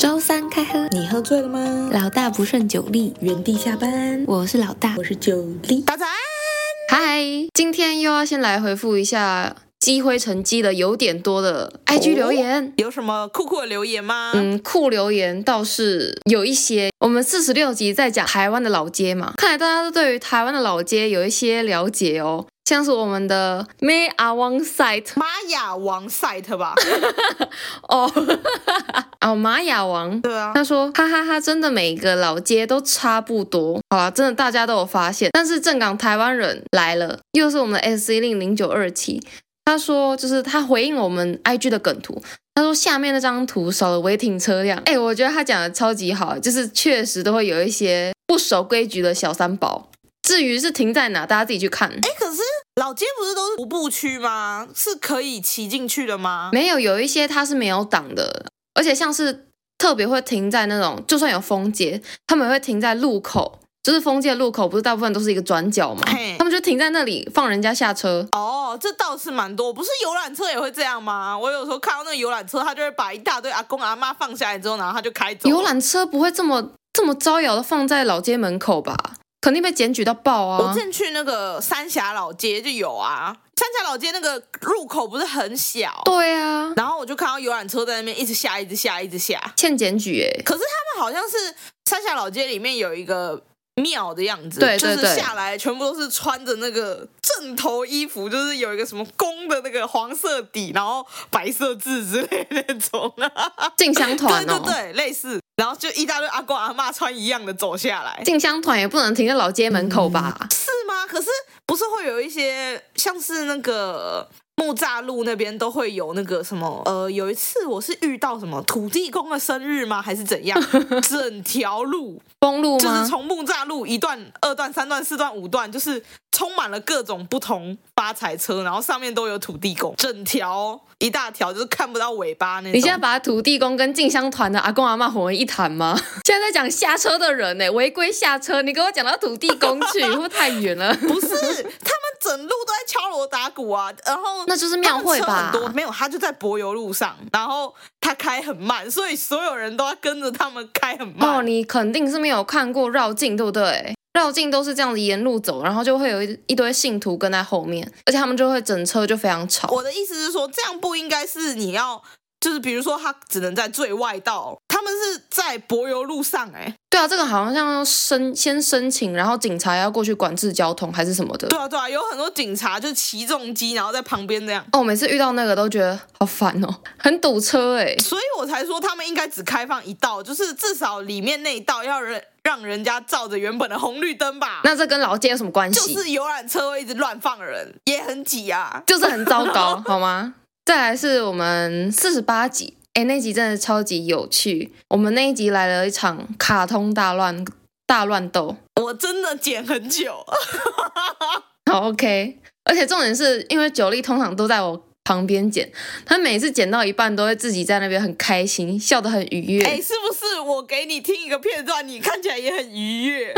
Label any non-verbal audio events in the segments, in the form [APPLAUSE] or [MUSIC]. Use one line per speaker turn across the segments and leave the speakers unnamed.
周三开喝，
你喝醉了吗？
老大不顺酒力，
原地下班。
我是老大
我。是九力，
早安，嗨，今天又要先来回复一下积灰尘积的有点多的 IG 留言。
有什么酷酷的留言吗？
嗯，酷留言倒是有一些。我们四十六集在讲台湾的老街嘛，看来大家都对于台湾的老街有一些了解哦，像是我们的 May I Want Site
玛雅王赛特
[LAUGHS]
吧？
哦， [LAUGHS] 哦，玛雅王。
对啊，
他说：“哈哈哈真的每个老街都差不多。好啦，真的大家都有发现，但是正港台湾人来了，又是我们的 S C 令零九二七。他说，就是他回应我们 I G 的梗图，他说下面那张图少了违停车辆。哎，我觉得他讲的超级好，就是确实都会有一些不守规矩的小三宝。至于是停在哪，大家自己去看。
哎，可是老街不是都是徒步区吗？是可以骑进去的吗？
没有，有一些它是没有挡的，而且像是特别会停在那种，就算有封街，他们也会停在路口，就是封街的路口，不是大部分都是一个转角嘛
嘿，
他们就停在那里放人家下车。
哦，这倒是蛮多，不是游览车也会这样吗？我有时候看到那个游览车，他就会把一大堆阿公阿妈放下来之后，然后他就开走。
游、览车不会这么这么招摇的放在老街门口吧？肯定被检举到爆
我
啊
之！前去那个三峡老街就有啊，三峡老街那个入口不是很小，
对啊，
然后我就看到游览车在那边一直下，一直下，一直下。
欠检举哎、
可是他们好像是三峡老街里面有一个庙的样子，
对对
就
对
是下来全部都是穿着那个正头衣服，就是有一个什么宫的那个黄色底，然后白色字之类的那种
[LAUGHS]
啊，
进香团
对
哦
[LAUGHS] 对。对，类似，然后就一大堆阿公阿妈穿一样的走下来，
进香团也不能停在老街门口吧？
是吗？可是不是会有一些像是那个木栅路那边都会有那个什么？呃，有一次我是遇到什么土地公的生日吗？还是怎
[LAUGHS]
样？整条路
封路
就是
吗？
从木栅路一段、二段、三段、四段、五段，就是充满了各种不同发财车，然后上面都有土地公，整条一大条就是看不到尾巴那种。
你现在把土地公跟进香团的阿公阿妈混为一谈吗？ [LAUGHS] 现在在讲下车的人呢、欸违规下车，你给我讲到土地公
[LAUGHS]
去，会不会太远了？ [LAUGHS]
不是，他们整路都在敲锣打鼓啊，然后
那就是庙会吧
他们车很多没有，他就在柏油路上，然后他开很慢，所以所有人都要跟着他们开很慢。
哦，你肯定是没有看过绕境，对不对？绕境都是这样子沿路走，然后就会有一一堆信徒跟在后面，而且他们就会整车就非常吵。
我的意思是说，这样不应该是你要，就是比如说他只能在最外道，他们是在柏油路上、哎，
对啊，这个好像要申先申请，然后警察要过去管制交通还是什么的。
对啊对啊，有很多警察就是骑重机，然后在旁边这样。
哦，我每次遇到那个都觉得好烦哦，很堵车
[LAUGHS]
哎、
所以我才说他们应该只开放一道，就是至少里面那一道要人让人家照着原本的红绿灯吧。
那这跟老街有什么关系？
就是游览车会一直乱放人，也很挤啊。
就是很糟糕，好吗？再来是我们四十八集，哎，那集真的超级有趣。我们那一集来了一场卡通大乱大乱斗，
我真的剪很久，
好 OK。而且重点是因为九力通常都在我旁边剪，他每次剪到一半都会自己在那边很开心，笑得很愉悦。
哎、是不是？我给你听一个片段，你看起来也很愉悦。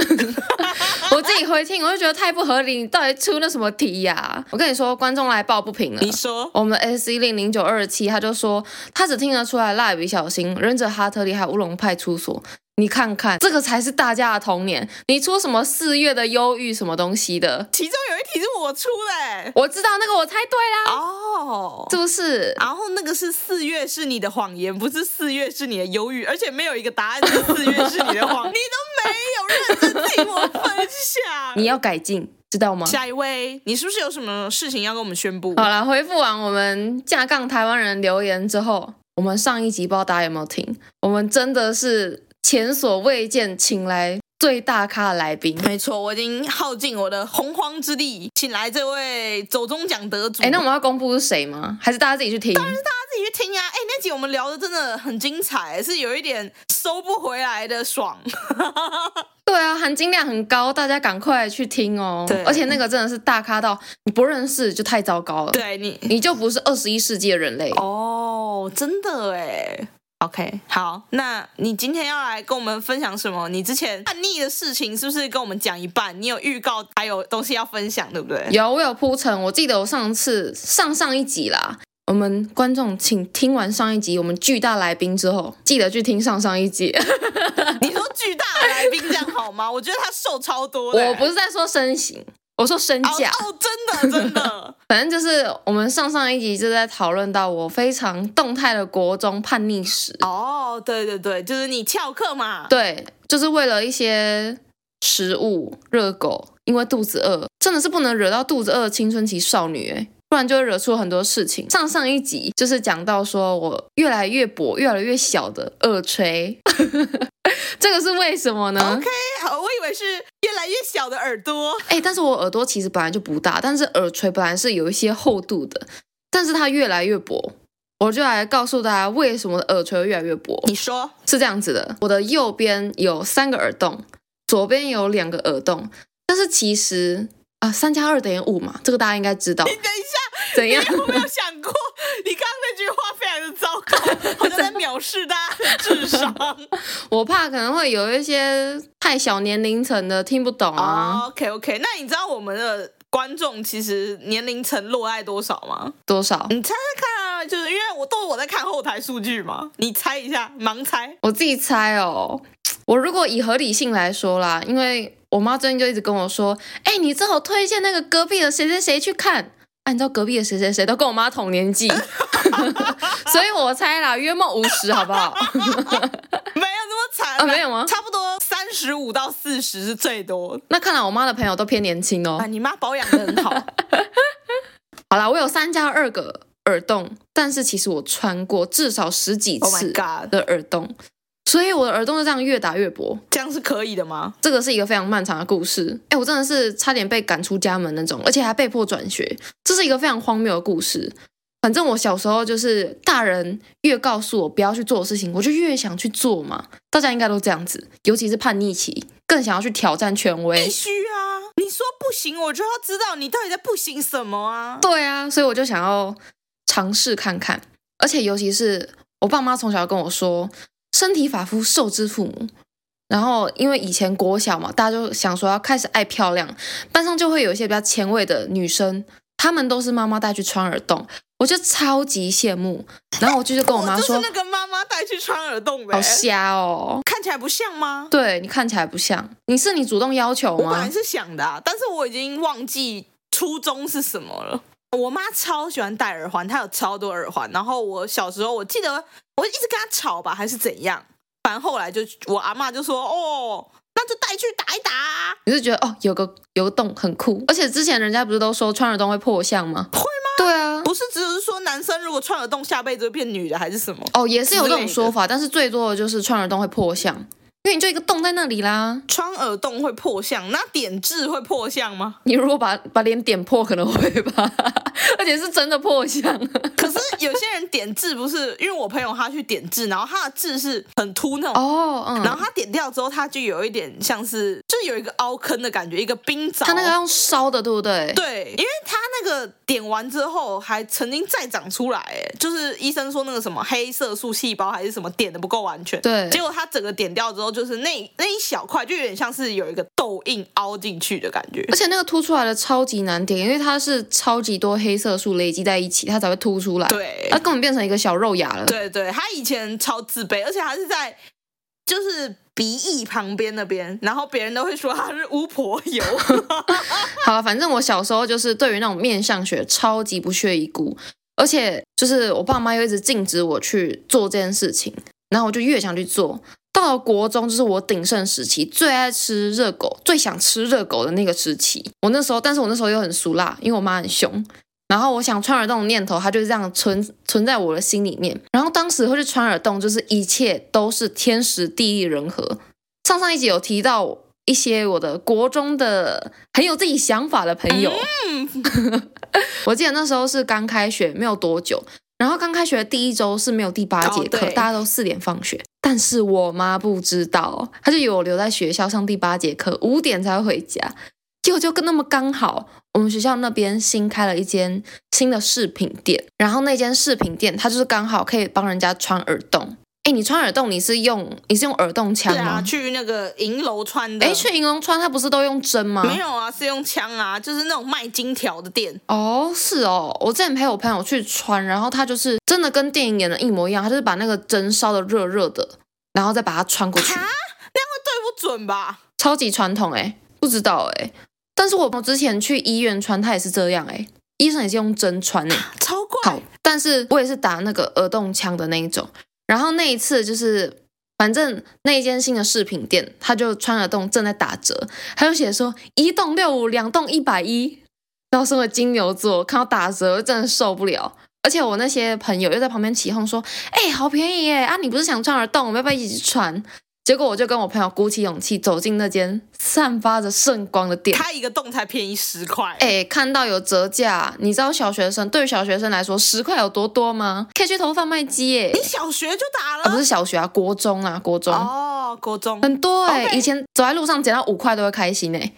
我自己回听，我就觉得太不合理，你到底出那什么题呀、我跟你说，观众来抱不平了。
你说，
我们 S C 零零九二七，他就说他只听得出来蜡笔小新、忍者哈特利还有乌龙派出所。你看看，这个才是大家的童年。你出什么四月的忧郁什么东西的？
其中有一题是我出的、哎
我知道那个，我猜对啦，
哦。
是不是？
然后那个是四月是你的谎言，不是四月是你的忧郁，而且没有一个答案是四月是你的 [LAUGHS] 谎，你都没有认真听我分享。
你要改进，知道吗？
下一位，你是不是有什么事情要跟我们宣布？
好了，回复完我们架杠台湾人留言之后，我们上一集不知道大家有没有听，我们真的是前所未见，请来最大咖的来宾。
没错，我已经耗尽我的洪荒之力，请来这位走中奖得主。
哎、那我们要公布是谁吗？还是大家自己去听？
自己去听啊！哎、那集我们聊的真的很精彩，是有一点收不回来的爽。
[LAUGHS] 对啊，含金量很高，大家赶快去听哦
对。
而且那个真的是大咖到你不认识就太糟糕了，
对你，
你就不是二十一世纪的人类。
哦，真的哎。OK，好，那你今天要来跟我们分享什么？你之前叛逆的事情是不是跟我们讲一半？你有预告还有东西要分享，对不对？
有我有铺陈，我记得我上次上上一集啦，我们观众请听完上一集我们巨大来宾之后，记得去听上上
[LAUGHS]
一集。
你说巨大的来宾这样好吗？我觉得他瘦超多的欸、
我不是在说身形，我说身
哦
价。
哦，真的真的，
反正就是我们上上一集就在讨论到我非常动态的国中叛逆史。
哦，对对对，就是你翘课嘛，
对，就是为了一些食物热狗，因为肚子饿，真的是不能惹到肚子饿的青春期少女哎。不然就会惹出很多事情。上上一集就是讲到说我越来越薄、越来越小的耳垂， [LAUGHS] 这个是为什么呢？
OK，好，我以为是越来越小的耳朵。
哎、但是我耳朵其实本来就不大，但是耳垂本来是有一些厚度的，但是它越来越薄。我就来告诉大家为什么耳垂会越来越薄。
你说
是这样子的，我的右边有三个耳洞，左边有两个耳洞，但是其实啊，三加二等于五嘛，这个大家应该知道。
你等一下，
怎样？ [LAUGHS]
我 [LAUGHS] 没有想过，你刚刚那句话非常的糟糕，好像在藐视大家的智商。
我怕可能会有一些太小年龄层的听不懂啊，
o k OK，那你知道我们的观众其实年龄层落在多少吗？
多少？
你猜猜看啊，就是因为我都是我在看后台数据嘛，你猜一下，盲猜。
我自己猜哦。我如果以合理性来说啦，因为我妈最近就一直跟我说：“哎、你正好推荐那个隔壁的谁谁谁去看。”啊按照隔壁的谁谁谁都跟我妈同年纪， [LAUGHS] 所以我猜啦，约莫五十，好不好？
没有那么惨
啊没有吗
差不多三十五到四十是最多。
那看来我妈的朋友都偏年轻哦
啊，。你妈保养的很
[LAUGHS]
好，
好啦，我有三加二个耳洞，但是其实我穿过至少十几
Oh my
次
God
的耳洞，所以我的耳洞就这样越打越薄。
这样是可以的吗？
这个是一个非常漫长的故事。哎，我真的是差点被赶出家门那种，而且还被迫转学，这是一个非常荒谬的故事。反正我小时候就是大人越告诉我不要去做的事情，我就越想去做嘛。大家应该都这样子，尤其是叛逆期，更想要去挑战权威
必。须啊！你说不行，我就要知道你到底在不行什么啊！
对啊，所以我就想要尝试看看，而且尤其是我爸妈从小跟我说，身体发肤受之父母。然后因为以前国小嘛，大家就想说要开始爱漂亮，班上就会有一些比较前卫的女生，她们都是妈妈带去穿耳洞，我就超级羡慕。然后我就就跟我妈
就是
说，
那个妈妈带去穿耳洞的、
好瞎哦，
看起来不像吗？
哎对你看起来不像，你是你主动要求
我本
吗
来？是想的、啊，但是我已经忘记初衷是什么了。我妈超喜欢戴耳环，她有超多耳环。然后我小时候，我记得我一直跟她吵吧，还是怎样？反正后来就我阿妈就说：“哦，那就带去打一打啊、
你是觉得哦，有个有个洞很酷，而且之前人家不是都说穿耳洞会破相吗？会吗？对啊，
不是只是说男生如果穿耳洞下辈子会变女的还是什么？
哦，也是有这
之类
种
的
说法，但是最多的就是穿耳洞会破相，因为你就一个洞在那里啦。
穿耳洞会破相，那点痣会破相吗？”
你如果把把脸点破，可能会吧， [LAUGHS] 而且是真的破相。
可是有些人点痣不是，因为我朋友他去点痣，然后他的痣是很凸那种，
哦，
然
嗯，
后他点掉之后，他就有一点像是，就有一个凹坑的感觉，一个冰凿。
他那个要用烧的，对不对？
对，因为他那个点完之后还曾经再长出来，哎，就是医生说那个什么黑色素细胞还是什么点的不够完全。
对
结果他整个点掉之后，就是那那一小块就有点像是有一个痘印凹进去的感觉。
而且那个凸出来的超级难点，因为它是超级多黑色素累积在一起，它才会凸出来。，
对，
它根本变成一个小肉芽了。，
对对，他以前超自卑，而且他是在就是鼻翼旁边那边，然后别人都会说他是巫婆
[LAUGHS]
油。
好啊了，反正我小时候就是对于那种面相学超级不屑一顾，而且就是我爸妈又一直禁止我去做这件事情，然后我就越想去做。到了国中，就是我鼎盛时期，最爱吃热狗，最想吃热狗的那个时期。我那时候，但是我那时候又很俗辣，因为我妈很凶。然后我想穿耳洞的念头，它就这样存存在我的心里面。然后当时会去穿耳洞，就是一切都是天时地利人和。上上一集有提到一些我的国中的很有自己想法的朋友，
嗯
[LAUGHS] 我记得那时候是刚开学没有多久，然后刚开学的第一周是没有第八节课，
哦对
大家都四点放学。但是我妈不知道，她就以为我留在学校上第八节课，五点才会回家。结果就跟那么刚好，我们学校那边新开了一间新的饰品店，然后那间饰品店它就是刚好可以帮人家穿耳洞。哎，哎，你穿耳洞，你是用你是用耳洞枪
对
吗
啊，？去那个银楼穿的。
哎、去银龙川它不是都用针吗？
没有啊，是用枪啊，就是那种卖金条的店。
哦，是哦，我之前陪我朋友去穿，然后他就是真的跟电影演的一模一样，他就是把那个针烧的热热的，然后再把它穿过去，
哈对不准吧？
超级传统哎、不知道哎、但是我朋友之前去医院穿，他也是这样哎、医生也是用针穿哎、
超怪。
好，但是我也是打那个耳洞枪的那一种。然后那一次就是，反正那一间新的饰品店，他就穿耳洞正在打折，他就写说一洞六五，两洞一百一。然后身为金牛座，看到打折我真的受不了。而且我那些朋友又在旁边起哄说：“哎、好便宜耶！啊，你不是想穿耳洞，我们要不要一起去穿？”结果我就跟我朋友鼓起勇气走进那间散发着圣光的店。
开一个洞才便宜十块。
哎，看到有折价，你知道小学生对于小学生来说十块有多多吗？可以去投贩卖机耶、
你小学就打了？
啊，不是小学啊，国中啊，国中、
哦，国中。
很多哎、
OK
以前走在路上捡到五块都会开心哎、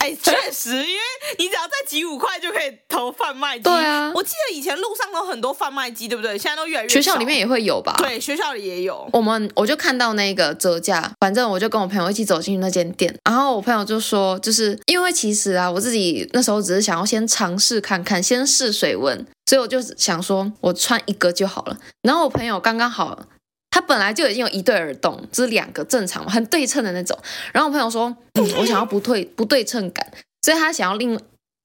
哎，确实，因为你只要再集五块就可以投贩卖机。
对啊
我记得以前路上有很多贩卖机，对不对？现在都越来越少
学校里面也会有吧？。
对，学校里也有。
我们我就看到那个折价，反正我就跟我朋友一起走进去那间店，然后我朋友就说，就是因为其实啊，我自己那时候只是想要先尝试看看，先试水温，所以我就想说我穿一个就好了。然后我朋友刚刚好，他本来就已经有一对耳洞，就是两个正常嘛，很对称的那种。然后我朋友说， [CLEARS THROAT] 嗯，我想要不对不对称感，所以他想要另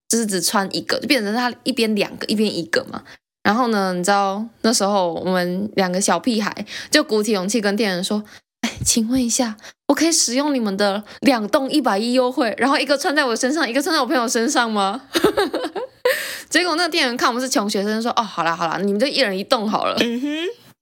就是只穿一个，就变成他一边两个一边一个嘛。然后呢，你知道那时候我们两个小屁孩就鼓起勇气跟店员说：“哎，请问一下，我可以使用你们的两栋一百一优惠，然后一个穿在我身上，一个穿在我朋友身上吗？” [LAUGHS] 结果那店员看我们是穷学生，说：“哦，好啦好啦，你们就一人一栋好了。”
嗯哼，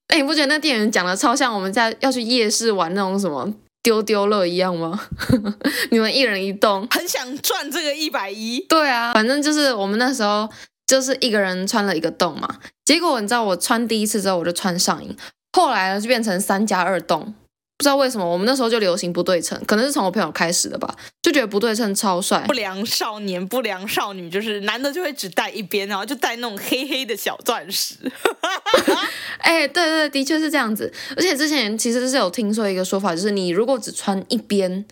哎，你不觉得那店员讲的超像我们在要去夜市玩那种什么丢丢乐一样吗？ [LAUGHS] 你们一人一栋，
很想赚这个一百一。
对啊，反正就是我们那时候就是一个人穿了一个洞嘛。结果你知道，我穿第一次之后我就穿上瘾，后来呢就变成三加二洞。不知道为什么，我们那时候就流行不对称，可能是从我朋友开始的吧，就觉得不对称超帅
不。良少年、不良少女，就是男的就会只戴一边，然后就戴那种黑黑的小钻石。
哎，对对，的确是这样子。而且之前其实是有听说一个说法，就是你如果只穿一边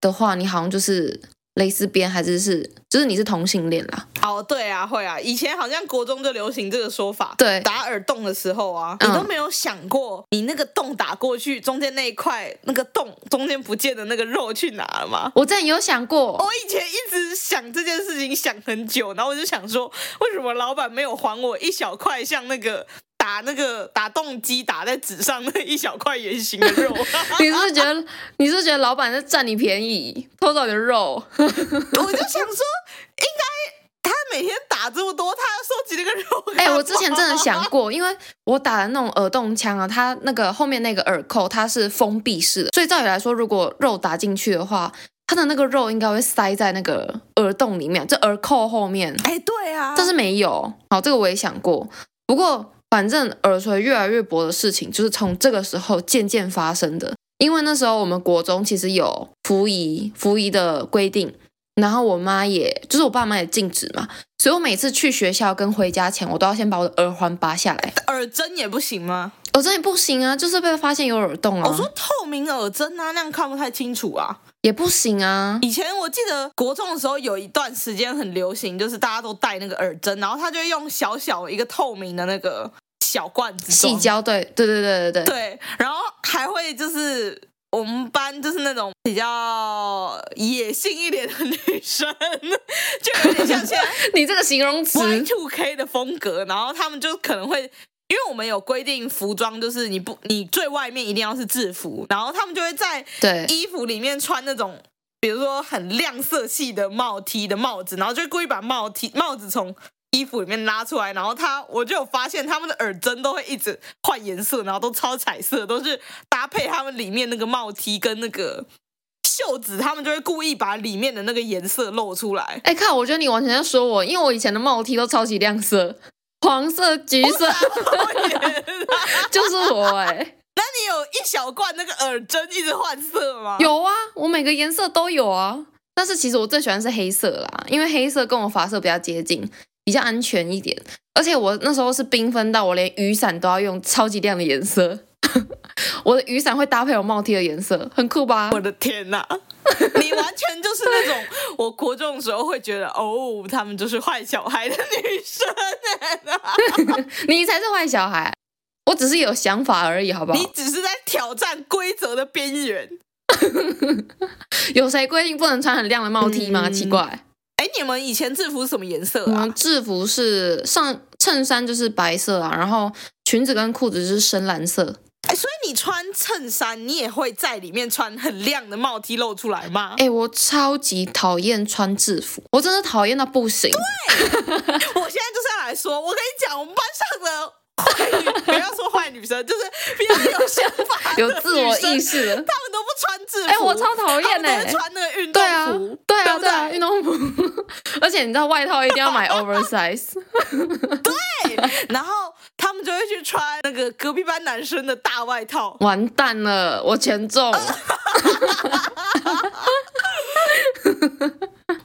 的话，你好像就是蕾丝边，还是是就是你是同性恋啦。
哦，对啊，会啊，以前好像国中就流行这个说法。
对
打耳洞的时候啊，你
嗯
都没有想过，你那个洞打过去，中间那一块那个洞中间不见的那个肉去哪了吗？
我之前有想过，
我以前一直想这件事情想很久，然后我就想说，为什么老板没有还我一小块像那个打那个打洞机打在纸上那一小块圆形的肉？啊
[LAUGHS] 你是不是觉得你是不是觉得老板在占你便宜，偷走你的肉？
我就想说，应该他每天打这么多，他要收集那个肉干嘛。
哎、我之前真的想过，因为我打的那种耳洞枪啊，它那个后面那个耳扣它是封闭式的，所以照理来说，如果肉打进去的话，它的那个肉应该会塞在那个耳洞里面，这耳扣后面，
哎、对啊，
但是没有。好，这个我也想过，不过反正耳垂越来越薄的事情，就是从这个时候渐渐发生的。因为那时候我们国中其实有服仪服仪的规定，然后我妈也就是我爸妈也禁止嘛，所以我每次去学校跟回家前，我都要先把我的耳环拔下来。
耳针也不行吗？
耳针也不行啊，就是被发现有耳洞啊，
我哦说透明耳针啊，那样看不太清楚啊。
也不行啊。
以前我记得国中的时候有一段时间很流行，就是大家都戴那个耳针，然后他就用小小一个透明的那个小罐子装
细，胶，对对对对对对，
对，然后还会就是。我们班就是那种比较野性一点的女生，就有点像现
[LAUGHS]
在
你这个形容词
Y Two K 的风格，然后他们就可能会，因为我们有规定服装，就是你不你最外面一定要是制服，然后他们就会在
对
衣服里面穿那种。比如说很亮色系的帽 T 的帽子，然后就故意把帽 T 帽子从衣服里面拉出来，然后他我就有发现他们的耳针都会一直换颜色，然后都超彩色，都是搭配他们里面那个帽 T 跟那个袖子，他们就会故意把里面的那个颜色露出来。 [LAUGHS]
哎、看，我觉得你完全在说我，因为我以前的帽 T 都超级亮色，黄色、橘色， [LAUGHS] 就是我哎、
那你有一小罐那个耳针一直换色吗？，
有啊，我每个颜色都有啊。但是其实我最喜欢是黑色啦，因为黑色跟我发色比较接近，比较安全一点。而且我那时候是缤纷到我连雨伞都要用超级亮的颜色， [LAUGHS] 我的雨伞会搭配我帽 T 的颜色，很酷吧？
我的天哪！ [LAUGHS] 你完全就是那种我国中的时候会觉得哦，他们就是坏小孩的女生。欸
[LAUGHS] 你才是坏小孩，我只是有想法而已，好不
你
好？
只是在挑战规则的边缘。
有谁规定不能穿很亮的帽 T 吗？
嗯
奇怪，
哎，你们以前制服是什么颜色
我
啊？
们制服是上衬衫就是白色啊，然后裙子跟裤子就是深蓝色。
哎，所以你穿衬衫，你也会在里面穿很亮的帽 T 露出来吗？
哎、我超级讨厌穿制服，我真的讨厌到不行。、
我现在就是要来说，我跟你讲，我们班上的 [LAUGHS] 坏女，不要说坏女生，就是比较有想法
[LAUGHS] 有自我意
识，
识了。
她们都不穿制服。
哎、我超讨
她
厌
们都
哎、
是穿那个运
对
动
啊
服，，
对啊，
不
对啊，运动服， [LAUGHS] 而且你知道外套一定要买
[LAUGHS]
oversize，
然后他们就会去穿那个隔壁班男生的大外套。
完蛋了，我全
[LAUGHS]
中， [LAUGHS]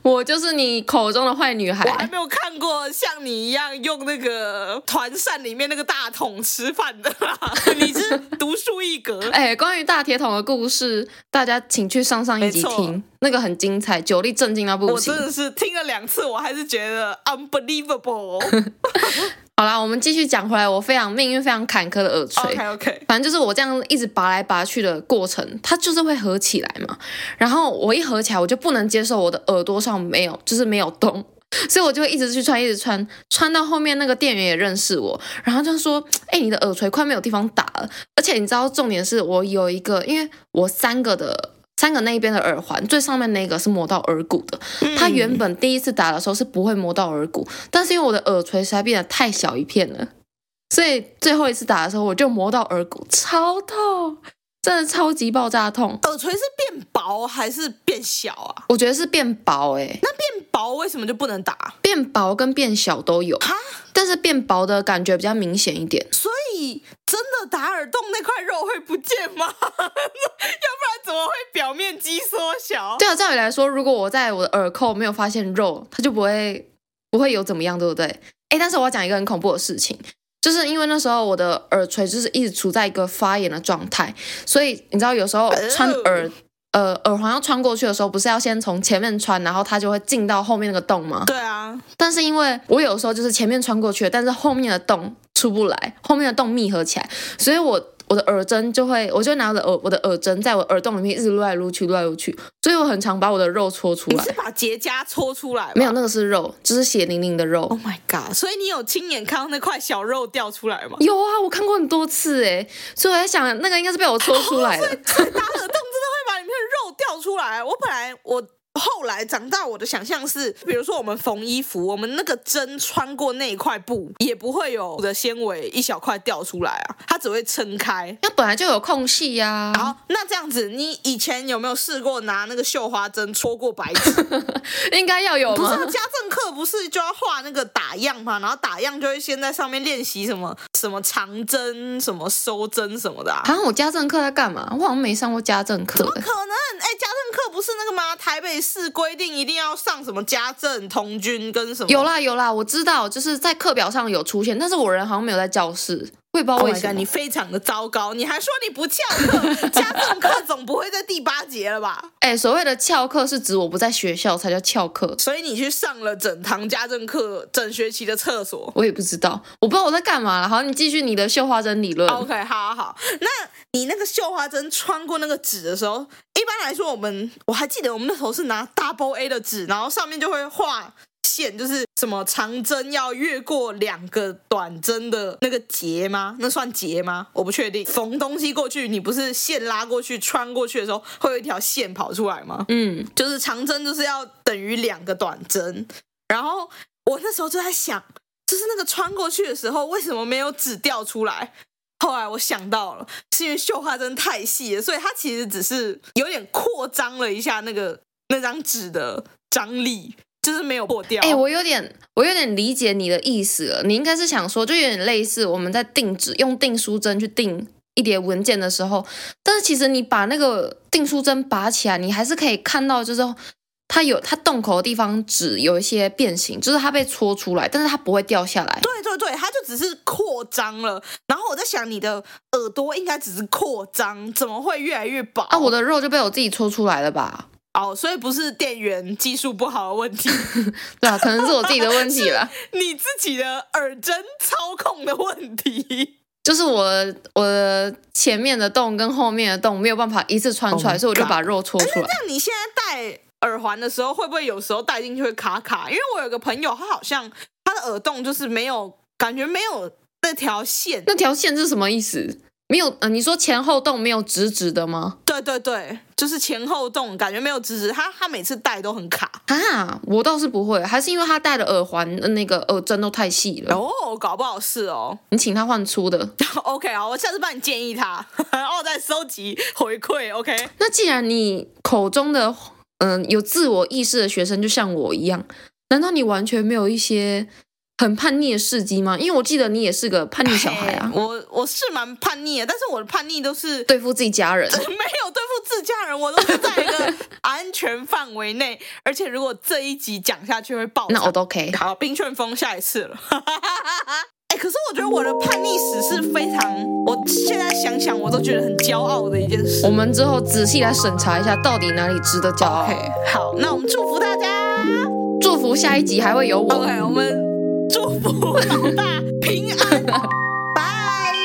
我就是你口中的坏女
我还
孩，
没有看过像你一样用那个团扇里面那个大桶吃饭的啦，你是独树一格。 [LAUGHS]
哎、关于大铁桶的故事，大家请去上上一集
没错哎
听，那个很精彩，九力震惊到 [LAUGHS] 不
我
行
真。的是听了两次，我还是觉得 unbelievable。哦
好啦，我们继续讲回来，我非常命运非常坎坷的耳垂。
OK OK，
反正就是我这样一直拔来拔去的过程，它就是会合起来嘛。然后我一合起来，我就不能接受我的耳朵上没有，就是没有洞， [LAUGHS] 所以我就会一直去穿，一直穿，穿到后面那个店员也认识我，然后就说：“哎、你的耳垂快没有地方打了。”而且你知道，重点是我有一个，因为我三个的。三个那一边的耳环，最上面那个是磨到耳骨的。它原本第一次打的时候是不会磨到耳骨，但是因为我的耳垂实在变得太小一片了，所以最后一次打的时候，我就磨到耳骨，超痛，真的超级爆炸痛。
耳垂是变薄还是变小啊？
我觉得是变薄诶、
变薄为什么就不能打？
变薄跟变小都有，
哈，
但是变薄的感觉比较明显一点。
所以真的打耳洞那块肉会不见吗？ [LAUGHS] 要不然怎么会表面积缩小？
对啊，照理来说，如果我在我的耳扣没有发现肉，它就不会不会有怎么样，对不对？哎，但是我要讲一个很恐怖的事情，就是因为那时候我的耳垂就是一直处在一个发炎的状态，所以你知道有时候穿耳、呃耳环要穿过去的时候，不是要先从前面穿，然后它就会进到后面那个洞吗？
对啊，
但是因为我有时候就是前面穿过去了，但是后面的洞出不来，后面的洞密合起来，所以我我的耳针就会，我就拿我的耳我的耳针在我耳洞里面一直撸来撸去，撸来撸去，所以我很常把我的肉戳出
你
来
是。把结痂搓出来吗？
没有，那个是肉，就是血淋淋的肉。
Oh my god！所以你有亲眼看到那块小肉掉出来
[LAUGHS]
吗？
有啊，我看过很多次哎，所以我在想，那个应该是被我戳出
[LAUGHS]
来的。
打耳洞真的会把里面的肉掉出来。啊我本来我后来长大，我的想象是，比如说我们缝衣服，我们那个针穿过那一块布，也不会有的纤维一小块掉出来啊，它只会撑开。
那本来就有空隙呀、
好，那这样子，你以前有没有试过拿那个绣花针戳过白纸？
应该要有
不是
吗
啊，？家政课不是就要画那个打样嘛？然后打样就会先在上面练习什么什么长针、什么收针什么的、啊。
好像我家政课在干嘛？我好像没上过家政课欸。
可能哎、家政课不是那个吗？台北市规定一定要上什么家政、童军跟什么？
有啦有啦，我知道，就是在课表上有出现，但是我人好像没有在教室，我也不知道
Oh
为
my
什
god！
么。
你非常的糟糕，你还说你不翘
[LAUGHS]
课，家政课总不会在第八节了吧？
哎、所谓的翘课是指我不在学校才叫翘课，
所以你去上了整堂家政课，整学期的厕所。
我也不知道，我不知道我在干嘛啦好，你继续你的绣花针理论。
OK，好好好。那你那个绣花针穿过那个纸的时候，一般来说，我们我还记得我们那时候是拿 Double A 的纸，然后上面就会画线，就是什么长针要越过两个短针的那个结吗？那算结吗？我不确定。缝东西过去，你不是线拉过去穿过去的时候，会有一条线跑出来吗？
嗯，
就是长针就是要等于两个短针。然后我那时候就在想，就是那个穿过去的时候，为什么没有纸掉出来？后来我想到了，是因为绣花针太细了，所以它其实只是有点扩张了一下那个那张纸的张力，就是没有破掉。
哎、我有点，我有点理解你的意思了。你应该是想说，就有点类似我们在定制用订书针去订一叠文件的时候，但是其实你把那个订书针拔起来，你还是可以看到，就是它有它洞口的地方纸有一些变形，就是它被戳出来，但是它不会掉下来。
对对对，它就只是扩张了。然后我在想，你的耳朵应该只是扩张，怎么会越来越薄？
啊，我的肉就被我自己戳出来了吧？
哦，所以不是电源技术不好的问题，
对
[LAUGHS]
啊，可能是我自己的问题了。
你自己的耳针操控的问题。
就是我我的前面的洞跟后面的洞没有办法一次穿出来
Oh my
所以我就把肉戳出来。
那你现在戴耳环的时候，会不会有时候戴进去会卡卡？因为我有个朋友，他好像他的耳洞就是没有感觉，没有那条线。
那条线是什么意思？没有，呃，你说前后洞没有直直的吗？
对对对，就是前后洞，感觉没有直直。他他每次戴都很卡。
啊，我倒是不会，还是因为他戴的耳环呃那个耳针都太细了。
哦，搞不好是哦。 [LAUGHS]
你请他换粗的。
OK，好，我下次帮你建议他， [LAUGHS] 然后再收集回馈。OK，
那既然你口中的嗯、有自我意识的学生，就像我一样，难道你完全没有一些很叛逆的事迹吗？因为我记得你也是个叛逆小孩啊
嘿， [LAUGHS] 我我是蛮叛逆的，但是我的叛逆都是
对付自己家人。
没有对付自家人，我都是在一个安全范围内。而且如果这一集讲下去会爆炸，
那我都 OK。
好冰旋风下一次了。哎、可是我觉得我的叛逆史是非常，我现在想想我都觉得很骄傲的一件事
我。们之后仔细来审查一下，到底哪里值得骄傲。
哦 OK，好，那我们祝福大家。
祝福下一集还会有我，
OK，我们祝福老大平安，拜。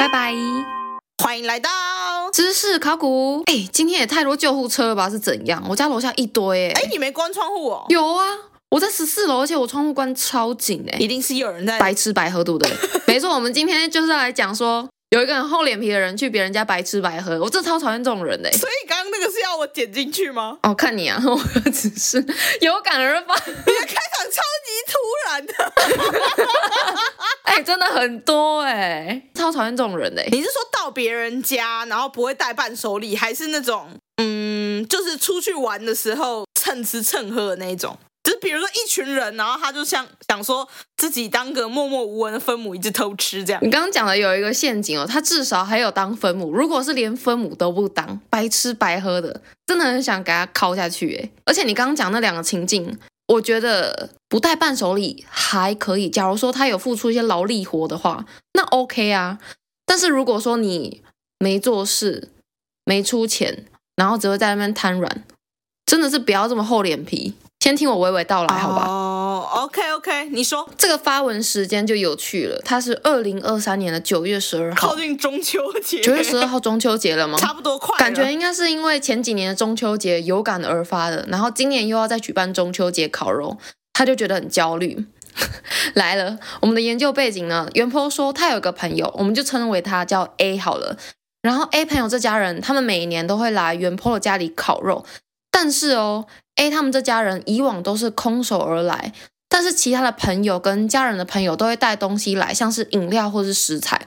拜拜。
欢迎来到，
知识考古，哎、今天也太多救护车了吧？是怎样？我家楼下一堆、哎、
哎，你没关窗户哦，
有啊，我在十四楼，而且我窗户关超紧、哎，
一定是有人在。
白吃白喝，对不 [LAUGHS] 对？没错，我们今天就是要来讲说，有一个很厚脸皮的人去别人家白吃白喝，我真的超讨厌这种人的、欸。
所以刚刚那个是要我点进去吗？
哦，看你啊， [LAUGHS] 我只是有感而发。
你的开场超级突然的。
[LAUGHS] 哎、真的很多哎、超讨厌这种人的、欸。
你是说到别人家，然后不会带伴手礼，还是那种嗯，就是出去玩的时候蹭吃蹭喝的那一种？就是比如说一群人，然后他就像想说自己当个默默无闻的分母，一直偷吃这样。
你刚刚讲的有一个陷阱哦，他至少还有当分母，如果是连分母都不当，白吃白喝的，真的很想给他敲下去哎。而且你刚刚讲那两个情境，我觉得不带伴手礼还可以，假如说他有付出一些劳力活的话，那 OK 啊。但是如果说你没做事、没出钱，然后只会在那边瘫软，真的是不要这么厚脸皮。先听我娓娓道来，好吧？
哦、o k OK，你说
这个发文时间就有趣了，它是二零二三年的九月十二号
靠。近中秋节，
[LAUGHS] 九月十二号中秋节了吗？
差不多快了，
感觉应该是因为前几年的中秋节有感而发的，然后今年又要再举办中秋节烤肉，他就觉得很焦虑。 [LAUGHS] 来了，我们的研究背景呢？袁坡说他有个朋友，我们就称为他叫 A 好了。然后 A 朋友这家人，他们每年都会来袁坡的家里烤肉，但是哦，A 他们这家人以往都是空手而来，但是其他的朋友跟家人的朋友都会带东西来，像是饮料或是食材。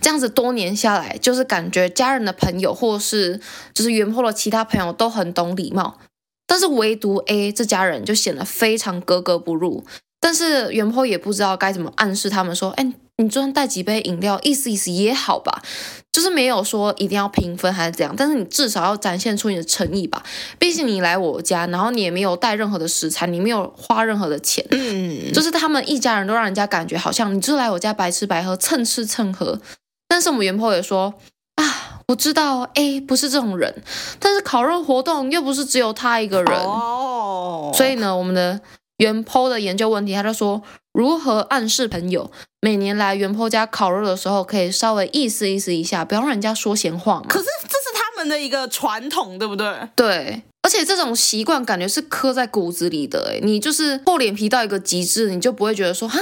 这样子多年下来，就是感觉家人的朋友或是就是原坡的其他朋友都很懂礼貌，但是唯独 A 这家人就显得非常格格不入。但是原坡也不知道该怎么暗示他们说，哎、你就算带几杯饮料，意思意思也好吧，就是没有说一定要平分还是怎样，但是你至少要展现出你的诚意吧。毕竟你来我家，然后你也没有带任何的食材，你没有花任何的钱，
嗯，
就是他们一家人都让人家感觉好像你就是来我家白吃白喝，蹭吃蹭喝。但是我们原 po 也说啊，我知道 A 不是这种人，但是烤肉活动又不是只有他一个人，
哦，
所以呢，我们的原 po 的研究问题，他就说如何暗示朋友每年来原 po 家烤肉的时候，可以稍微意思意思一下，不要让人家说闲话嘛
可。是这是他们的一个传统，对不对？
对，而且这种习惯感觉是刻在骨子里的、欸。你就是厚脸皮到一个极致，你就不会觉得说哈，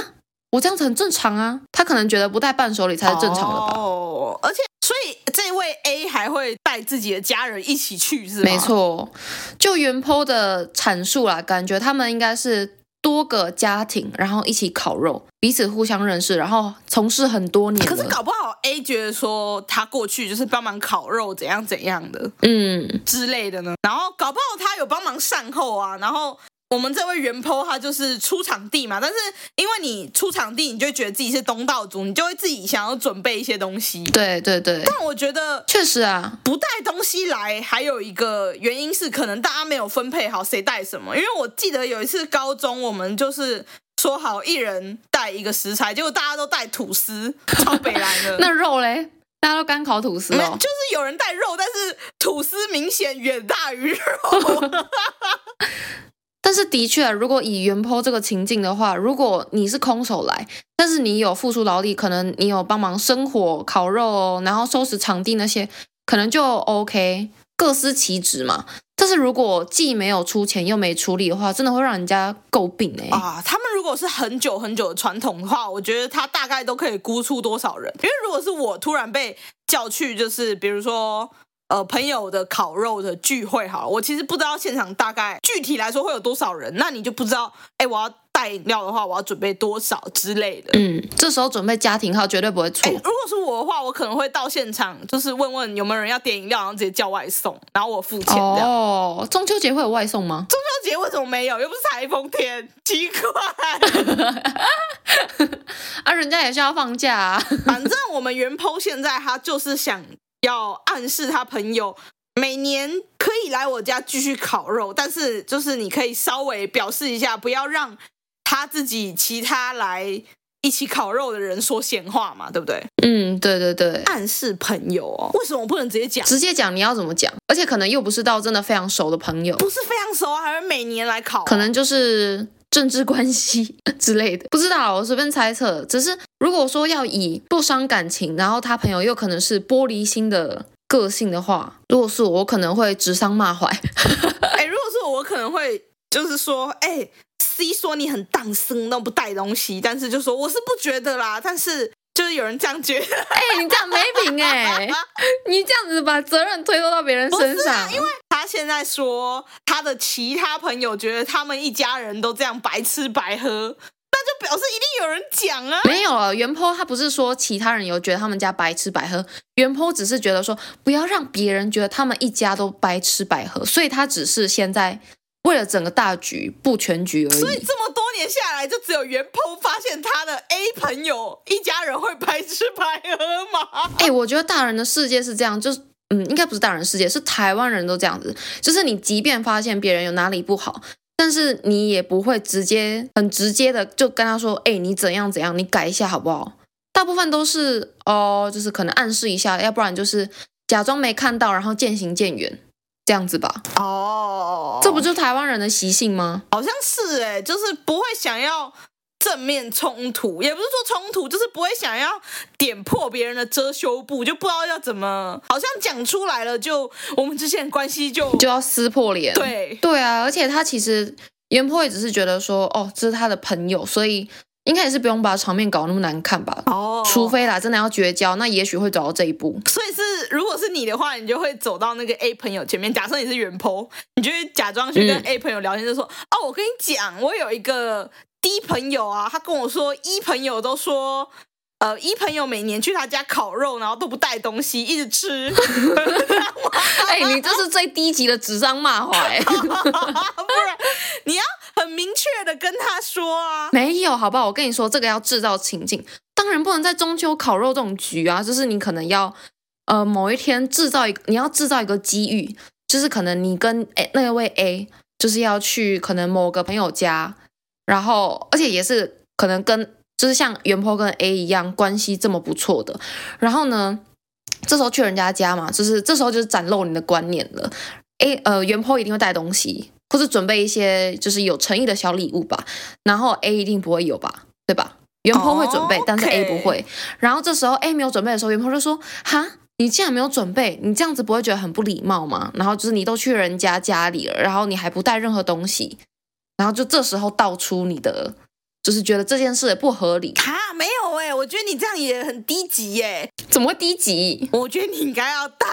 我这样子很正常啊。他可能觉得不带伴手礼才是正常的吧。
哦，而且所以这位 A 还会带自己的家人一起去，是吗？啊
没，错，就原 po 的阐述啦，感觉他们应该是多个家庭，然后一起烤肉，彼此互相认识，然后从事很多年了。
可是搞不好 A 觉得说他过去就是帮忙烤肉怎样怎样的
嗯，
之类的呢，然后搞不好他有帮忙善后啊，然后我们这位原 PO 他就是出场地嘛，但是因为你出场地，你就会觉得自己是东道主，你就会自己想要准备一些东西。
对对对，
但我觉得
确实啊，
不带东西来，还有一个原因是可能大家没有分配好谁带什么。因为我记得有一次高中，我们就是说好一人带一个食材，结果大家都带吐司，超北来的。
那肉嘞，大家都干烤吐司
没
哦
就。是有人带肉，但是吐司明显远大于肉。
但是的确啊，如果以原剖这个情境的话，如果你是空手来，但是你有付出劳力，可能你有帮忙生火、烤肉哦，然后收拾场地那些，可能就 OK，各司其职嘛。但是如果既没有出钱又没出力的话，真的会让人家诟病哎、
啊，他们如果是很久很久的传统的话，我觉得他大概都可以估出多少人。因为如果是我突然被叫去，就是比如说呃朋友的烤肉的聚会，好了，我其实不知道现场大概具体来说会有多少人，那你就不知道，哎，我要带饮料的话，我要准备多少之类的。
嗯，这时候准备家庭号绝对不会
哎，
错。
如果是我的话，我可能会到现场，就是问问有没有人要点饮料，然后直接叫外送，然后我付钱这样。
哦，中秋节会有外送吗？
中秋节为什么没有？又不是台风天，奇怪。
啊，人家也是要放
[LAUGHS]
假啊。
反正我们原 PO 现在他就是想要暗示他朋友，每年可以来我家继续烤肉，但是就是你可以稍微表示一下，不要让他自己其他来一起烤肉的人说闲话嘛，对不对？
嗯，对对对。
暗示朋友哦，为什么我不能直接讲？
直接讲你要怎么讲，而且可能又不是到真的非常熟的朋友，
不是非常熟啊，还是每年来 [LAUGHS] 烤啊、
可能就是政治关系 [LAUGHS] 之类的，不知道，我随便猜测。只是如果说要以不伤感情，然后他朋友又可能是玻璃心的个性的话，如果是我，我可能会指桑骂槐。 [LAUGHS]
哎、如果是我，我可能会就是说，哎、c 说你很荡生，都不带东西，但是就说我是不觉得啦，但是就是有人这样觉得。
哎、你这样没品哎、你这样子把责任推脱到别人身上，因为
他现在说他的其他朋友觉得他们一家人都这样白吃白喝，那就表示一定有人讲啊。
没有啊，袁坡他不是说其他人有觉得他们家白吃白喝，袁坡只是觉得说不要让别人觉得他们一家都白吃白喝，所以他只是现在为了整个大局布全局而
所以
已。
这么多年下来，就只有袁鹏发现他的 A 朋友一家人会白吃白喝吗？
哎，我觉得大人的世界是这样，就是。嗯，应该不是大人世界，是台湾人都这样子。就是你即便发现别人有哪里不好，但是你也不会直接很直接的就跟他说，哎、你怎样怎样，你改一下好不好？大部分都是哦，就是可能暗示一下，要不然就是假装没看到，然后渐行渐远，这样子吧。
哦
这不就台湾人的习性吗？
好像是哎、就是不会想要正面冲突，也不是说冲突，就是不会想要点破别人的遮羞布，就不知道要怎么，好像讲出来了就我们之间的关系就
就要撕破脸。
对。
对啊，而且他其实袁坡也只是觉得说，哦，这是他的朋友，所以应该也是不用把场面搞那么难看吧。
哦
除非啦，真的要绝交，那也许会走到这一步。
所以是，如果是你的话，你就会走到那个 A 朋友前面。假设你是原 PO，你就会假装去跟
嗯
A 朋友聊天，就说：“哦，我跟你讲，我有一个 D 朋友啊，他跟我说一朋友都说，呃，一朋友每年去他家烤肉，然后都不带东西，一直吃，
[LAUGHS]
[LAUGHS]
哎、你这是最低级的指桑骂槐。
不然你要很明确的跟他说啊。”
[LAUGHS] 没有，好不好？我跟你说，这个要制造情境，当然不能在中秋烤肉这种局啊，就是你可能要呃某一天制造一个，你要制造一个机遇，就是可能你跟哎那位 A 就是要去可能某个朋友家，然后而且也是可能跟就是像袁坡跟 A 一样关系这么不错的，然后呢，这时候去人家家嘛，就是这时候就是展露你的观念了。A 呃，袁坡一定会带东西，或是准备一些就是有诚意的小礼物吧。然后 A 一定不会有吧，对吧？袁坡会准备
哦
但是 A
OK
不会。然后这时候 A 没有准备的时候，袁坡就说：“哈，你竟然没有准备，你这样子不会觉得很不礼貌吗？”然后就是你都去人家家里了，然后你还不带任何东西，然后就这时候道出你的，就是觉得这件事也不合理，
啊，没有哎、我觉得你这样也很低级欸耶、
怎么会低级？
我觉得你应该要带，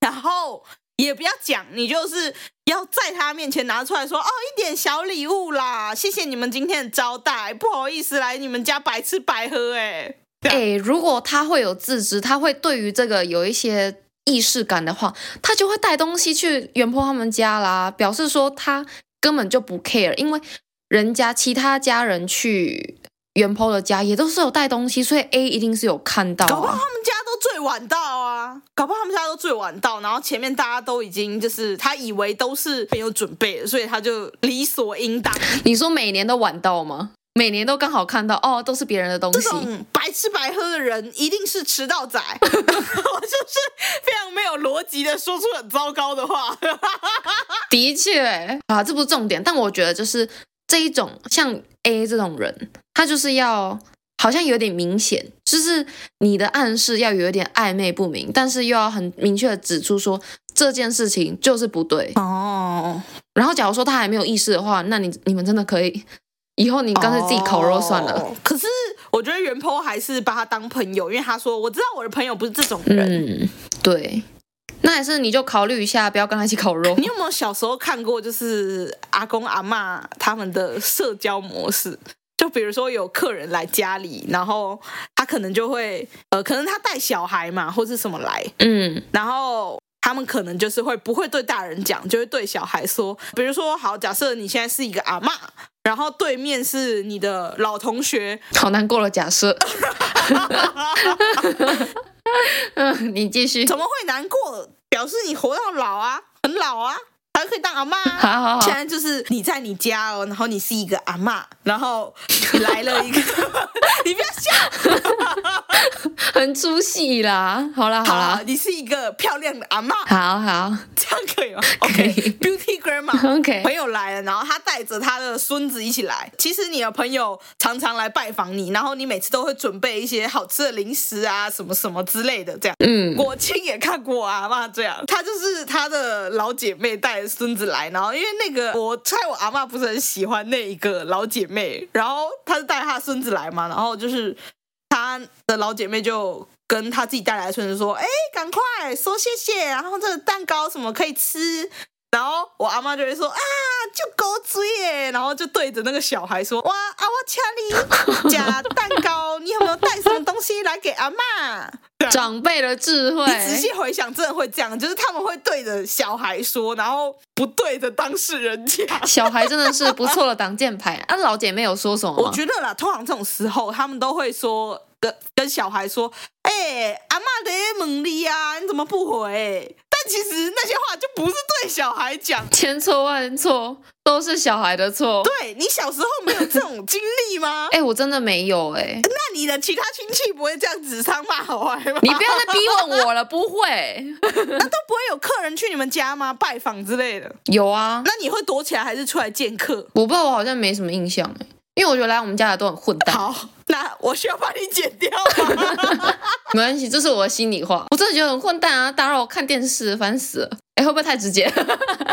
然后也不要讲，你就是要在他面前拿出来说哦，一点小礼物啦，谢谢你们今天的招待，不好意思来你们家白吃白喝、哎，
哎、如果他会有自知，他会对于这个有一些意识感的话，他就会带东西去袁坡他们家啦，表示说他根本就不 care，因为人家其他家人去袁坡的家也都是有带东西，所以 A 一定是有看到、
搞不好
啊。
他们家都最晚到啊，搞不好他们家都最晚到，然后前面大家都已经就是他以为都是没有准备的，所以他就理所应当。
你说每年都晚到吗？每年都刚好看到哦，都是别人的东
这
西。
种白吃白喝的人一定是迟到仔， [LAUGHS] 我就是非常没有逻辑的说出很糟糕的话。
的确啊，这不是重点，但我觉得就是这一种像 A 这种人，他就是要好像有点明显，就是你的暗示要有点暧昧不明，但是又要很明确的指出说这件事情就是不对。
哦，
然后假如说他还没有意识的话，那你你们真的可以以后你干脆自己烤肉算了。
哦可是我觉得袁坡还是把他当朋友，因为他说我知道我的朋友不是这种人。
嗯，对，那还是你就考虑一下，不要跟他一起烤肉
你。有没有小时候看过，就是阿公阿嬷他们的社交模式？就比如说有客人来家里，然后他可能就会，呃，可能他带小孩嘛，或是什么来，
嗯，
然后他们可能就是会不会对大人讲，就会对小孩说，比如说，好，假设你现在是一个阿嬷，然后对面是你的老同学， [LAUGHS]
好难过了，假设。 [LAUGHS] 嗯，你继续。
怎么会难过？表示你活到老啊，很老啊，还可以当阿嬷、啊。
好好好
现，在就是你在你家哦，然后你是一个阿嬷，然后你来了一个， [LAUGHS] 你不要笑，
很出戏啦。好啦，
[LAUGHS]
好
好
啦，，
你是一个漂亮的阿嬷，
好好
这样 [LAUGHS] 可以吗
可以
？OK，Beauty Grandma。
[LAUGHS] ，OK，
朋友来了，然后他带着他的孙子一起来。其实你的朋友常常来拜访你，然后你每次都会准备一些好吃的零食啊，什么什么之类的，这样。
嗯，
我亲也看过啊，妈这样，她就是她的老姐妹带着孙子来，然后因为那个我猜我阿嬷不是很喜欢那一个老姐妹，然后她是带她孙子来嘛，然后就是她的老姐妹就跟她自己带来的孙子说：“哎，赶快说谢谢，然后这个蛋糕什么可以吃。”然后我阿妈就会说啊，就狗嘴耶，然后就对着那个小孩说哇啊，我请你夹蛋糕，你有没有带什么东西来给阿妈？
长辈的智慧，
你仔细回想，真的会这样，就是他们会对着小孩说，然后不对着当事人讲。
小孩真的是不错的挡箭牌。啊，老姐妹有说什么
我
吗？
觉得啦，通常这种时候，他们都会说跟跟小孩说：“哎、阿妈的猛力啊，你怎么不回、但其实那些话就不是对小孩讲。
千错万错都是小孩的错。
对啊你小时候没有这种经历吗？
哎、我真的没有哎、
那你的其他亲戚不会这样指桑骂槐吗？
你不要再逼问我了，不会。 [LAUGHS]
那都不会有客人去你们家吗？拜访之类的？
有啊，
那你会躲起来还是出来见客？
我不知道，我好像没什么印象哎、因为我觉得来我们家的都很混蛋。
好，那我需要把你剪掉 [LAUGHS] 吗？
没关系，这是我的心里话。我真的觉得很混蛋啊，打扰我看电视，烦死了。哎、会不会太直接？ [LAUGHS]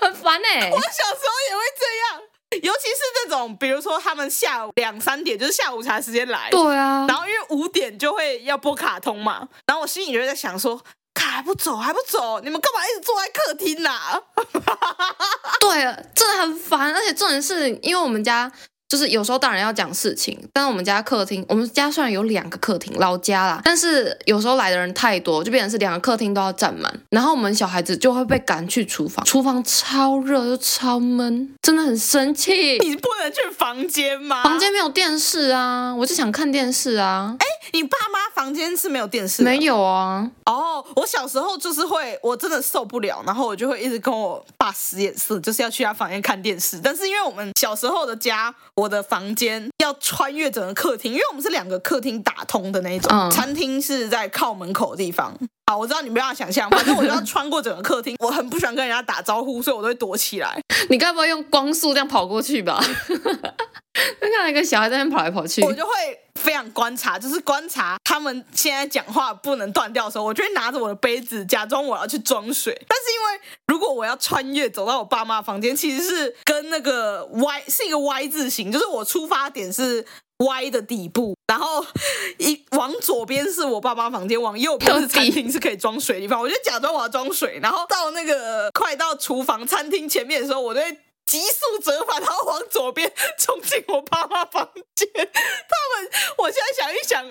很烦哎、
我小时候也会这样，尤其是这种，比如说他们下午两三点就是下午茶时间来，
对啊，
然后因为五点就会要播卡通嘛，然后我心里就会在想说，卡还不走，还不走，你们干嘛一直坐在客厅啊呐、
对了，真的很烦。而且重点是因为我们家就是有时候大人要讲事情，但是我们家客厅，我们家虽然有两个客厅，老家啦，但是有时候来的人太多，就变成是两个客厅都要占满，然后我们小孩子就会被赶去厨房，厨房超热又超闷，真的很生气。
你啊不能去房间吗？
房间没有电视啊，我就想看电视啊，
你爸妈房间是没有电视的，
没有啊，
哦，我小时候就是会，我真的受不了，然后我就会一直跟我爸使眼色，就是要去他房间看电视。但是因为我们小时候的家，我的房间要穿越整个客厅，因为我们是两个客厅打通的那一种，
嗯
餐厅是在靠门口的地方。好，我知道你没办法想象，反正我就要穿过整个客厅。我很不喜欢跟人家打招呼，所以我都会躲起来。
你该不会用光速这样跑过去吧？ [LAUGHS] 看到一个小孩在那边跑来跑去，
我就会非常观察，就是观察他们现在讲话不能断掉的时候，我就会拿着我的杯子假装我要去装水。但是因为如果我要穿越走到我爸妈房间，其实是跟那个 Y 是一个 Y 字形，就是我出发点是。Y 的底部，然后 [LAUGHS] 一往左边是我爸妈房间，往右边是餐厅，是可以装水的地方。我就假装我要装水，然后到那个快到厨房餐厅前面的时候，我就会急速折返，然后往左边冲进我爸妈房间。他们，我现在想一想，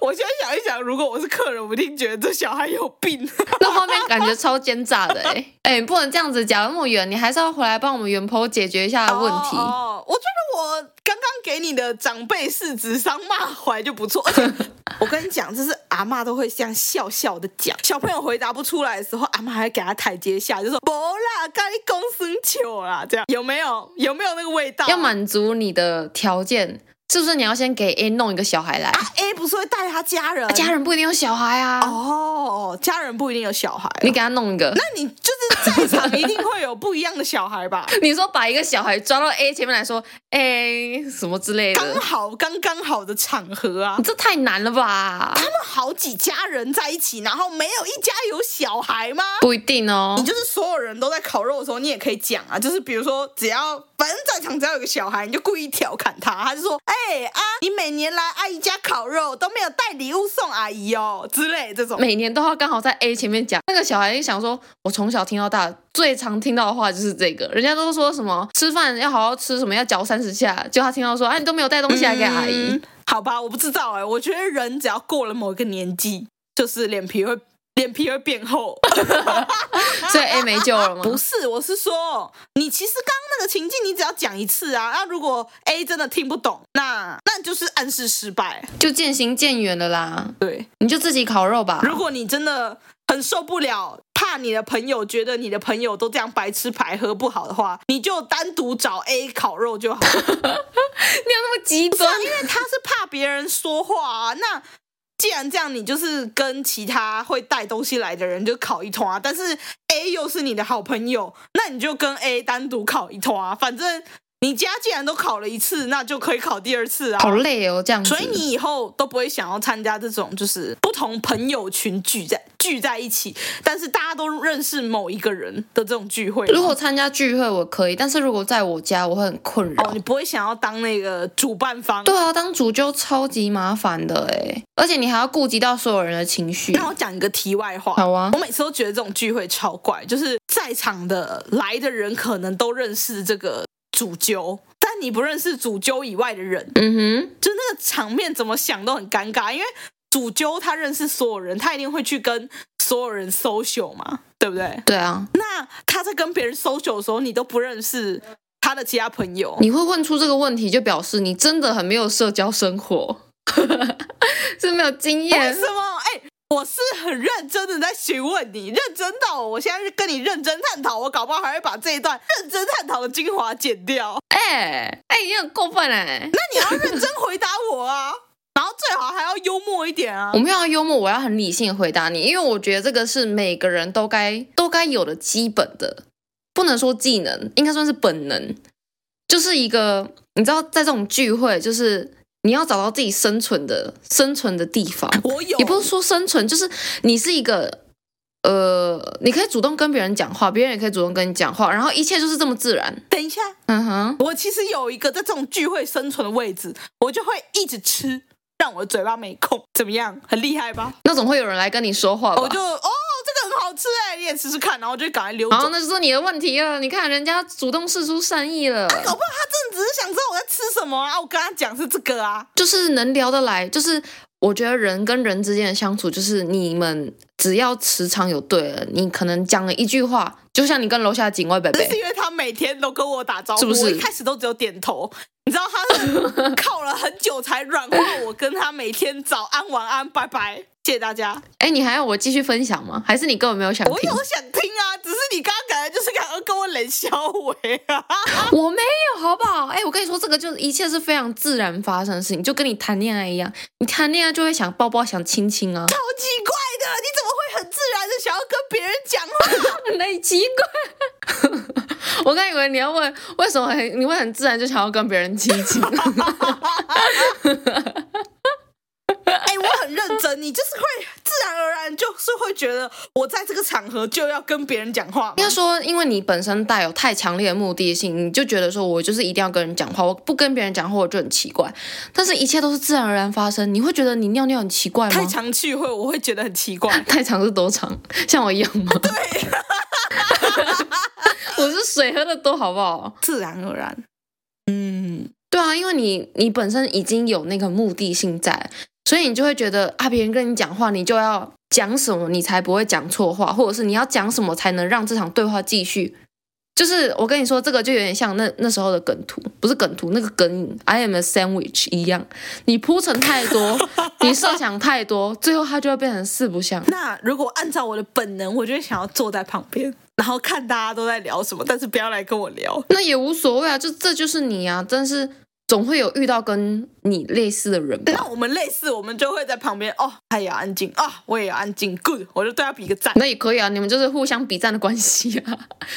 我现在想一想，如果我是客人，我一定觉得这小孩有病。
[LAUGHS] 那画面感觉超奸诈的哎、哎、你不能这样子讲那么远，你还是要回来帮我们元剖解决一下问题。
哦，哦我觉得我刚刚给你的长辈是指桑骂槐就不错，而且
[LAUGHS]
我跟你讲，这是阿嬷都会这样笑笑的讲，小朋友回答不出来的时候，阿嬷还会给他台阶下，就说“不啦，跟你公生球啦”，这样有没有？有没有那个味道？啊
要满足你的条件，是不是你要先给 A 弄一个小孩来？啊
啊，A 不是会带他家人，
家人不一定有小孩啊，
哦，家人不一定有小孩哦，
你给他弄一个。
那你就是在场一定会有不一样的小孩
[LAUGHS]
吧？
你说把一个小孩抓到 A 前面来说，哎，什么之类
刚
的，
好刚刚好的场合啊，
你这太难了吧？
他们好几家人在一起，然后没有一家有小孩吗？
不一定哦
你。就是所有人都在烤肉的时候，你也可以讲啊，就是比如说，只要反正在场只要有个小孩，你就故意调侃他，他就说：“哎、啊，你每年来阿姨家烤肉都没有带礼物送阿姨哦”之类这种。
每年都要刚好在 A 前面讲，那个小孩就想说，我从小听到大，最常听到的话就是这个，人家都说什么吃饭要好好吃，什么要嚼三十下，就他听到说，哎、你都没有带东西来给阿姨，
嗯好吧，我不知道哎、我觉得人只要过了某一个年纪，就是脸皮会脸皮会变厚。
[LAUGHS] 所以 A 没救了吗？
不是，我是说，你其实刚刚那个情境，你只要讲一次啊。那如果 A 真的听不懂，那那就是暗示失败。
就渐行渐远了啦，
对，
[LAUGHS] 你就自己烤肉吧。
如果你真的很受不了，怕你的朋友觉得你的朋友都这样白吃白喝不好的话，你就单独找 A 烤肉就好了。
没有那么极
不是
端
啊，因为他是怕别人说话啊。那既然这样，你就是跟其他会带东西来的人就烤一团啊。但是 A 又是你的好朋友，那你就跟 A 单独烤一团啊。反正你家既然都烤了一次，那就可以烤第二次啊。
好累哦，这样子。
所以你以后都不会想要参加这种就是不同朋友群聚在聚在一起，但是大家都认识某一个人的这种聚会吗。
如果参加聚会我可以，但是如果在我家我会很困扰。
哦，你不会想要当那个主办方，
对啊，当主就超级麻烦的哎，而且你还要顾及到所有人的情绪。
那我讲一个题外话，
好啊
我每次都觉得这种聚会超怪，就是在场的来的人可能都认识这个主揪，但你不认识主揪以外的人，
嗯
就那个场面怎么想都很尴尬，因为主揪他认识所有人，他一定会去跟所有人 social 嘛，对不对
哼，？对啊，
那他在跟别人 social 的时候，你都不认识他的其他朋友，
你会问出这个问题，就表示你真的很没有社交生活， [LAUGHS] 是没有经
为
验
什。么？哎、我是很认真的在询问你，认真到我现在是跟你认真探讨，我搞不好还会把这一段认真探讨的精华剪掉。
哎哎、你很过分哎、
那你要认真回答我啊， [LAUGHS] 然后最好还要幽默一点啊
我。没有要幽默，我要很理性地回答你，因为我觉得这个是每个人都该都该有的基本的，不能说技能，应该算是本能，就是一个你知道，在这种聚会，就是你要找到自己生存的生存的地方，
我有，
也不是说生存，就是你是一个。呃，你可以主动跟别人讲话，别人也可以主动跟你讲话，然后一切就是这么自然。
等一下，
嗯哼，
我其实有一个在这种聚会生存的位置，我就会一直吃，让我的嘴巴没空。怎么样？很厉害吧？
那总会有人来跟你说话吧？
我就哦，这个很好吃哎、你也吃吃看，然后就赶快溜走
好，。那就是你的问题了。你看人家主动示出善意了。
搞不好他真的只是想知道我在吃什么啊！我跟他讲是这个啊，
就是能聊得来，就是我觉得人跟人之间的相处，就是你们只要磁场有对了，你可能讲了一句话，就像你跟楼下的警卫伯伯
这，是因为他每天都跟我打招呼，
是不是
我一开始都只有点头。你知道他是靠了很久才软化我跟他每天早安晚安拜拜，谢谢大家。
哎，你还要我继续分享吗？还是你根本没有想
我
听？
有想听啊，只是你刚刚感觉就是刚刚跟我冷笑话 [LAUGHS] 啊。
[LAUGHS] 我没有，好不好？哎，我跟你说，这个就是一切是非常自然发生的事情，就跟你谈恋爱一样，你谈恋爱就会想抱抱，想亲亲啊， [LAUGHS]
好奇怪的，你怎么会很自然的想要跟别人讲 [LAUGHS] 话？
很奇怪。 [LAUGHS] 我刚以为你要问为什么很你会很自然就想要跟别人亲亲， [LAUGHS]
哎、我很认真，你就是会自然而然就是会觉得我在这个场合就要跟别人讲话吗。
应该说，因为你本身带有太强烈的目的性，你就觉得说我就是一定要跟人讲话，我不跟别人讲话我就很奇怪。但是一切都是自然而然发生，你会觉得你尿尿很奇怪吗？
太常聚会，我会觉得很奇 [LAUGHS]
[LAUGHS]
怪。
太长是多长？像我一样吗？对，我是水喝的多，好不好？
自然而然。
嗯，
对啊，因为你你本身已经有那个目的性在，所以你就会觉得啊，别人跟你讲话，你就要讲什么，你才不会讲错话，或者是你要讲什么才能让这场对话继续。就是我跟你说，这个就有点像那那时候的梗图，不是梗图，那个梗影 “I am a sandwich” 一样，你铺陈太多，你设想太多，最后它就会变成四不像。
那如果按照我的本能，我就会想要坐在旁边，然后看大家都在聊什么，但是不要来跟我聊。
那也无所谓啊，就这就是你啊，但是总会有遇到跟你类似的人吧
那。我们类似，我们就会在旁边哦，他也要安静啊、我也要安静，good，我就对他比个赞。
那也可以啊，你们就是互相比赞的关系啊，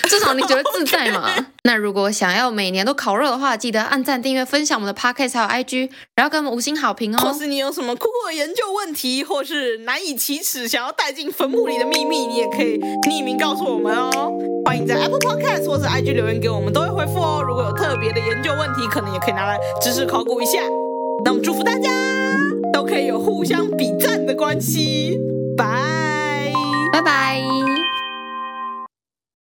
至少你觉得自在嘛。那如果想要每年都烤肉的话，记得按赞、订阅、分享我们的 podcast 还有 IG，然后给我们五星好评
或
哦。
是你有什么酷酷的研究问题，或是难以启齿想要带进坟墓里的秘密，你也可以匿名告诉我们哦。欢迎在 Apple Podcast 或是 IG 留言给我们，都会回复哦。如果有特别的研究问题，可能也可以拿来知识考古一下。那我们祝福大家都可以有互相比赞的关系。